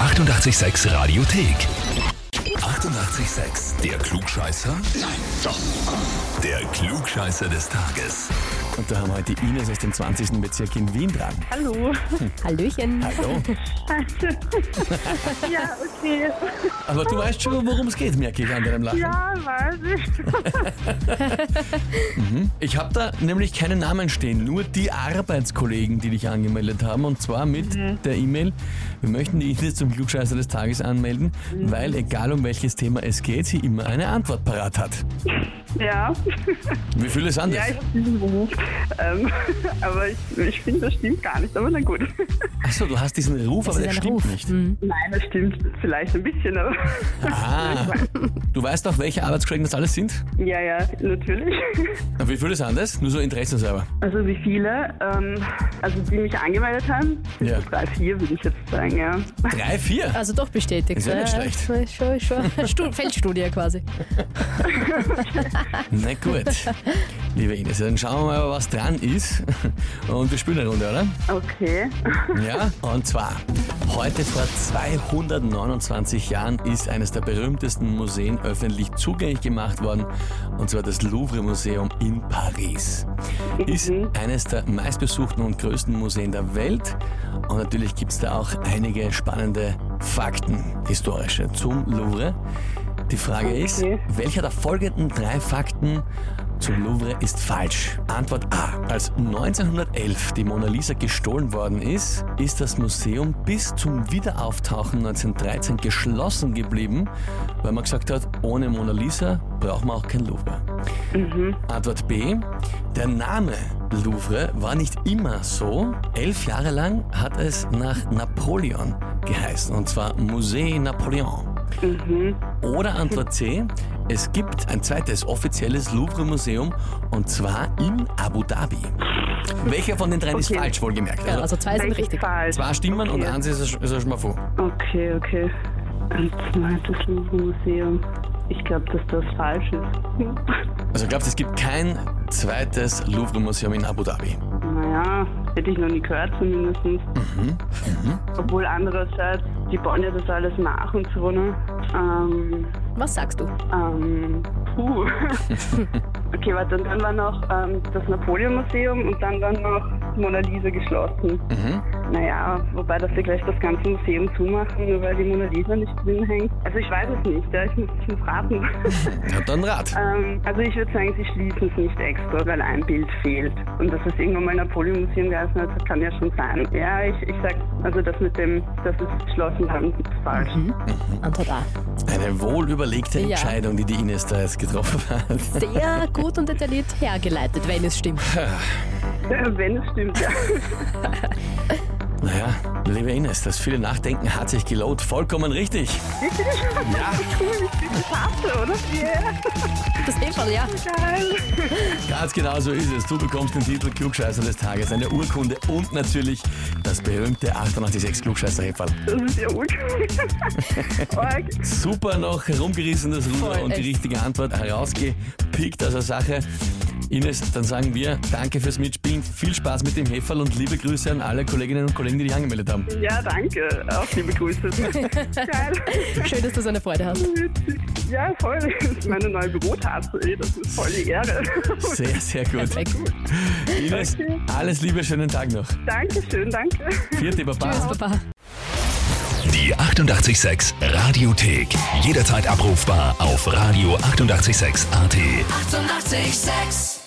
886 Radiothek. 88,6. Der Klugscheißer? Nein, doch. Der Klugscheißer des Tages. Und da haben wir heute die Ines aus dem 20. Bezirk in Wien dran. Hallo. Hallöchen. Hallo. ja, okay. Aber du weißt schon, worum es geht, merke ich an deinem Lachen. Ja, weiß ich. Ich habe da nämlich keinen Namen stehen, nur die Arbeitskollegen, die dich angemeldet haben. Und zwar mit Mhm. der E-Mail, wir möchten die Ines zum Klugscheißer des Tages anmelden, Mhm. weil egal um welches Thema es geht, sie immer eine Antwort parat hat. Ja. Wie viel ist anders? Ja, ich habe diesen Beruf. Ähm, aber ich, ich finde, das stimmt gar nicht. Aber na gut. Achso, du hast diesen Ruf, aber ist der ein stimmt Ruf. Hm. nicht. Nein, das stimmt vielleicht ein bisschen, aber. Ah, du weißt auch, welche Arbeitskollegen das alles sind? Ja, ja, natürlich. Na, Wie viel ist anders? Nur so interessenshalber. Also wie viele, ähm, also die mich angemeldet haben, sind Ja. so drei, vier, würde ich jetzt sagen, ja. Drei, vier? Also doch bestätigt. Ist ja nicht schlecht. schon- schon- schon- Stu- Feldstudie quasi. Na gut, liebe Ines, dann schauen wir mal, was dran ist. Und wir spielen eine Runde, oder? Okay. Ja, und zwar, heute vor 229 Jahren ist eines der berühmtesten Museen öffentlich zugänglich gemacht worden, und zwar das Louvre Museum in Paris. Ist eines der meistbesuchten und größten Museen der Welt und natürlich gibt's da auch einige spannende Fakten, historische, zum Louvre. Die Frage ist, Okay. welcher der folgenden drei Fakten zum Louvre ist falsch? Antwort A. Als 1911 die Mona Lisa gestohlen worden ist, ist das Museum bis zum Wiederauftauchen 1913 geschlossen geblieben, weil man gesagt hat, ohne Mona Lisa braucht man auch kein Louvre. Antwort B. Der Name Louvre war nicht immer so. Elf Jahre lang hat es nach Napoleon geheißen, und zwar Musée Napoleon. Oder Antwort C. Es gibt ein zweites offizielles Louvre-Museum und zwar in Abu Dhabi. Welcher von den dreien ist Okay. falsch, wohlgemerkt? Ja, Also also zwei sind Welche richtig. Falsch. zwei Stimmen und eins ist, ist schon mal vor. Okay, okay. Ein zweites Louvre-Museum. Ich glaube, dass das falsch ist. Also glaubst du, es gibt kein zweites Louvre-Museum in Abu Dhabi? Naja, hätte ich noch nie gehört zumindest. Obwohl andererseits, die bauen ja das alles nach und so, ne? Ähm, Was sagst du? ähm, puh. okay, warte, und dann war noch ähm, das Napoleon-Museum und dann war noch Mona Lisa geschlossen. Naja, wobei, dass sie gleich das ganze Museum zumachen, nur weil die Mona Lisa nicht drin hängt. Also ich weiß es nicht, ja, ich muss, ich muss raten. Na dann Rat. Ähm, also ich würde sagen, sie schließen es nicht extra, weil ein Bild fehlt. Und dass es irgendwann mal Napoleon-Museum geheißen hat, das kann ja schon sein. Ja, ich, ich sag, also das mit dem, dass sie es geschlossen haben, ist falsch. Antwort A. Eine wohlüberlegte Ja. Entscheidung, die die Ines da jetzt getroffen hat. Sehr gut und detailliert hergeleitet, wenn es stimmt. Wenn es stimmt, ja. Naja, liebe Ines, das viele Nachdenken hat sich gelohnt. Vollkommen richtig. Ja, Cool, ich bin geschafft, oder? Yeah, Das Heferl, eh ja. geil. ganz genau so ist es. Du bekommst den Titel Klugscheißer des Tages, eine Urkunde und natürlich das berühmte 886 klugscheißer -Häferl. Das ist ja urcool. Org. Super noch herumgerissen das Ruder Voll, und die echt. richtige Antwort herausgepickt aus der Sache. Ines, dann sagen wir danke fürs Mitspielen, viel Spaß mit dem Heferl und liebe Grüße an alle Kolleginnen und Kollegen, die dich angemeldet haben. ja, danke. Auch liebe Grüße. geil. Schön, dass du so eine Freude hast. Ja, voll. Das ist meine neue Bürotasse. ey, Das ist voll die Ehre. Sehr, sehr gut. Perfekt. Ines, Okay. alles Liebe, schönen Tag noch. Dankeschön, danke. Vierte Baba. Tschüss, Papa. Die 886 Radiothek. Jederzeit abrufbar auf radio886.at. 886! 886